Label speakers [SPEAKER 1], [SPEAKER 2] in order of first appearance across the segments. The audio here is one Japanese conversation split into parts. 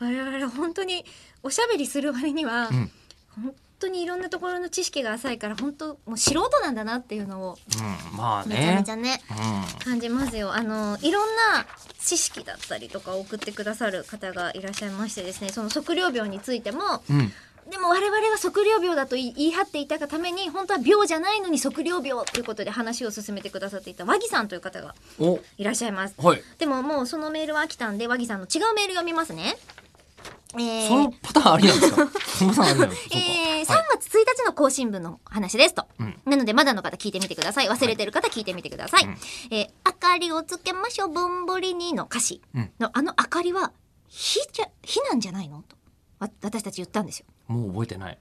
[SPEAKER 1] 我々本当におしゃべりする割には、
[SPEAKER 2] うん
[SPEAKER 1] 本当にいろんなところの知識が浅いから本当もう素人なんだなっていうのを
[SPEAKER 2] うん、まあ
[SPEAKER 1] めちゃめ
[SPEAKER 2] ね
[SPEAKER 1] ち。ゃね
[SPEAKER 2] う
[SPEAKER 1] 感じますよあのいろんな知識だったりとかを送ってくださる方がいらっしゃいましてですねその測量病についても
[SPEAKER 2] ん。うん。
[SPEAKER 1] でも我々は測量病だと言い言い張っていたがために本当は病じゃないのに測量病ということで話を進めてくださっていた和木さんという方が
[SPEAKER 2] お、
[SPEAKER 1] いらっしゃいます
[SPEAKER 2] はい。
[SPEAKER 1] でももうそのメールは飽きたんで和木さんの違うメール読みますね。えー
[SPEAKER 2] そのパターンありなんですか。 そのパターンありなんですか。
[SPEAKER 1] えー3
[SPEAKER 2] そうかはい
[SPEAKER 1] 月1日の更新分の話ですと、
[SPEAKER 2] うん
[SPEAKER 1] なのでまだの方聞いてみてください忘れてる方聞いてみてください「
[SPEAKER 2] うん
[SPEAKER 1] えー明かりをつけましょうぼんぼりに」の歌詞
[SPEAKER 2] うん
[SPEAKER 1] の、あの明かりは火じゃ火なんじゃないのとわ私たち言ったんですよ
[SPEAKER 2] もう覚えてない。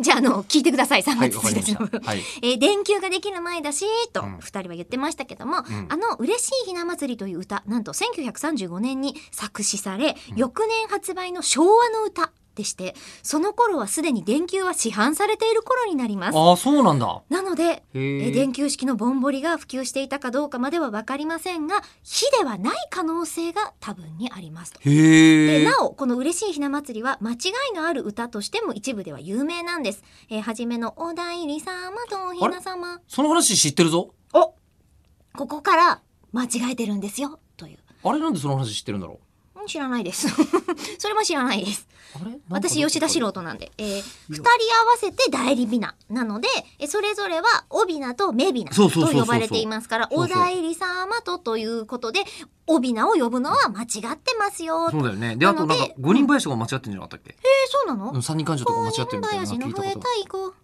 [SPEAKER 1] じゃああの聞いてください3
[SPEAKER 2] はい、
[SPEAKER 1] 月
[SPEAKER 2] わかりま
[SPEAKER 1] 1
[SPEAKER 2] し
[SPEAKER 1] 日
[SPEAKER 2] た。
[SPEAKER 1] の分、
[SPEAKER 2] はい。
[SPEAKER 1] えー電球ができる前だしと
[SPEAKER 2] うん
[SPEAKER 1] 2人は言ってましたけども、
[SPEAKER 2] ん
[SPEAKER 1] あの「嬉しいひな祭り」という歌なんと1935年に作詞され、翌年発売の昭和の歌でしてその頃はすでに電球は市販されている頃になります。
[SPEAKER 2] ああ、そうなんだ。
[SPEAKER 1] なので
[SPEAKER 2] へ
[SPEAKER 1] え
[SPEAKER 2] え。
[SPEAKER 1] ー電球式のぼんぼりが普及していたかどうかまでは分かりませんが火ではない可能性が多分にありますと。
[SPEAKER 2] へ
[SPEAKER 1] で
[SPEAKER 2] え。
[SPEAKER 1] なおこの嬉しいひな祭りは間違いのある歌としても一部では有名なんです。えー、はじめのおだいり様とおひな様
[SPEAKER 2] その話知ってるぞ。
[SPEAKER 1] おここから間違えてるんですよという。
[SPEAKER 2] あれなんでその話知ってるんだろ
[SPEAKER 1] うん知らないです。 それは知らないです。
[SPEAKER 2] う。あれ。なんか
[SPEAKER 1] 私吉田四郎。人なんで、えー、二人合わせて代理美男なので、えーそれぞれはオビナとメビナ
[SPEAKER 2] そう
[SPEAKER 1] と
[SPEAKER 2] そうそうそうそう
[SPEAKER 1] 呼ばれていますから、
[SPEAKER 2] そう
[SPEAKER 1] お
[SPEAKER 2] そう
[SPEAKER 1] 代理様とということで、オビナを呼ぶのは間違ってますよ。え
[SPEAKER 2] そうだよね。で、あとなん
[SPEAKER 1] な
[SPEAKER 2] か
[SPEAKER 1] ので
[SPEAKER 2] 五人林とか間違ってんじゃなかったっけ？
[SPEAKER 1] ーそうなの？
[SPEAKER 2] うん、三人感情とか間違ってるみたいなの
[SPEAKER 1] の
[SPEAKER 2] 聞いた
[SPEAKER 1] 増
[SPEAKER 2] こ
[SPEAKER 1] え
[SPEAKER 2] と
[SPEAKER 1] た
[SPEAKER 2] が。
[SPEAKER 1] い子。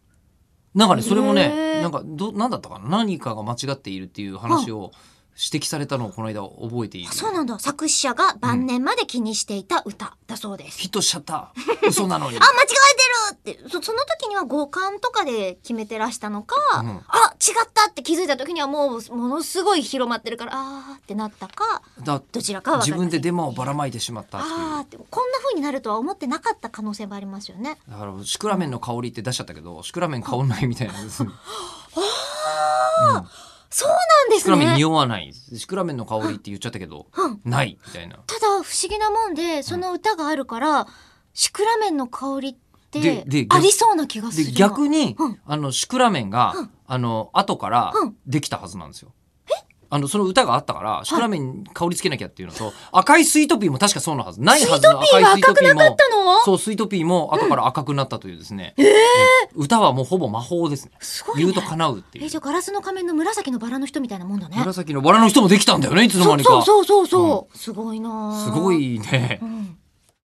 [SPEAKER 2] なんかね、それも
[SPEAKER 1] へ
[SPEAKER 2] ね、
[SPEAKER 1] え
[SPEAKER 2] なんかどなんだったかな。何かが間違っているっていう話を指摘されたのをこの間覚えている
[SPEAKER 1] あ。そうなんだ。作詞者が晩年まで気にしていた歌だそうです。
[SPEAKER 2] ヒットしちゃ った。嘘なのに。
[SPEAKER 1] あ、間違えてるってそ、その時には五感とかで決めてらしたのか、
[SPEAKER 2] うん
[SPEAKER 1] あ、違ったって気づいた時にはもう、ものすごい広まってるから、あーってなったか、
[SPEAKER 2] だ
[SPEAKER 1] どちらかは分
[SPEAKER 2] 自
[SPEAKER 1] かんない
[SPEAKER 2] 分でデマをばらまいてしまったっていう
[SPEAKER 1] あーって、こんな風になるとは思ってなかった可能性もありますよね。
[SPEAKER 2] だからシクラメンの香りって出しちゃったけどシクラメン香んないみたいなんです、うん
[SPEAKER 1] そうなんで
[SPEAKER 2] シ
[SPEAKER 1] す
[SPEAKER 2] クラメン
[SPEAKER 1] ね。
[SPEAKER 2] 匂わないシクラメンの香りって言っちゃったけど
[SPEAKER 1] うん
[SPEAKER 2] ないみたいな
[SPEAKER 1] ただ、不思議なもんで、その歌があるから、シクラメンの香りっ
[SPEAKER 2] で
[SPEAKER 1] て
[SPEAKER 2] で逆
[SPEAKER 1] ありそうな気がす
[SPEAKER 2] で
[SPEAKER 1] るな。
[SPEAKER 2] 逆に、
[SPEAKER 1] うん
[SPEAKER 2] あのシクラメンが、
[SPEAKER 1] うん
[SPEAKER 2] あの後から
[SPEAKER 1] うん
[SPEAKER 2] できたはずなんですよ、あのその歌があったからシクラメンに香りつけなきゃっていうのと、赤いスイートピーも確かそうなはずないはずの
[SPEAKER 1] ピーは赤くなか
[SPEAKER 2] も
[SPEAKER 1] ったの
[SPEAKER 2] そうスイートピーも後から赤くなったというですね、歌はもうほぼ魔法ですね
[SPEAKER 1] すごい
[SPEAKER 2] 言う
[SPEAKER 1] ね
[SPEAKER 2] と。叶うっていう
[SPEAKER 1] え、じゃあガラスの仮面の紫のバラの人みたいなもんだね。
[SPEAKER 2] 紫のバラの人もできたんだよねいつの間にか
[SPEAKER 1] そうそうそうそうそう、すごいなあ
[SPEAKER 2] すごいね、
[SPEAKER 1] うん